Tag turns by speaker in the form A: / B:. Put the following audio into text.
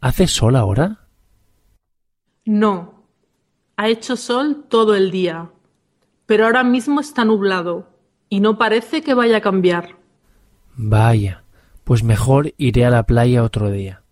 A: ¿Hace sol ahora?
B: No, ha hecho sol todo el día, pero ahora mismo está nublado y no parece que vaya a cambiar.
A: Vaya, pues mejor iré a la playa otro día.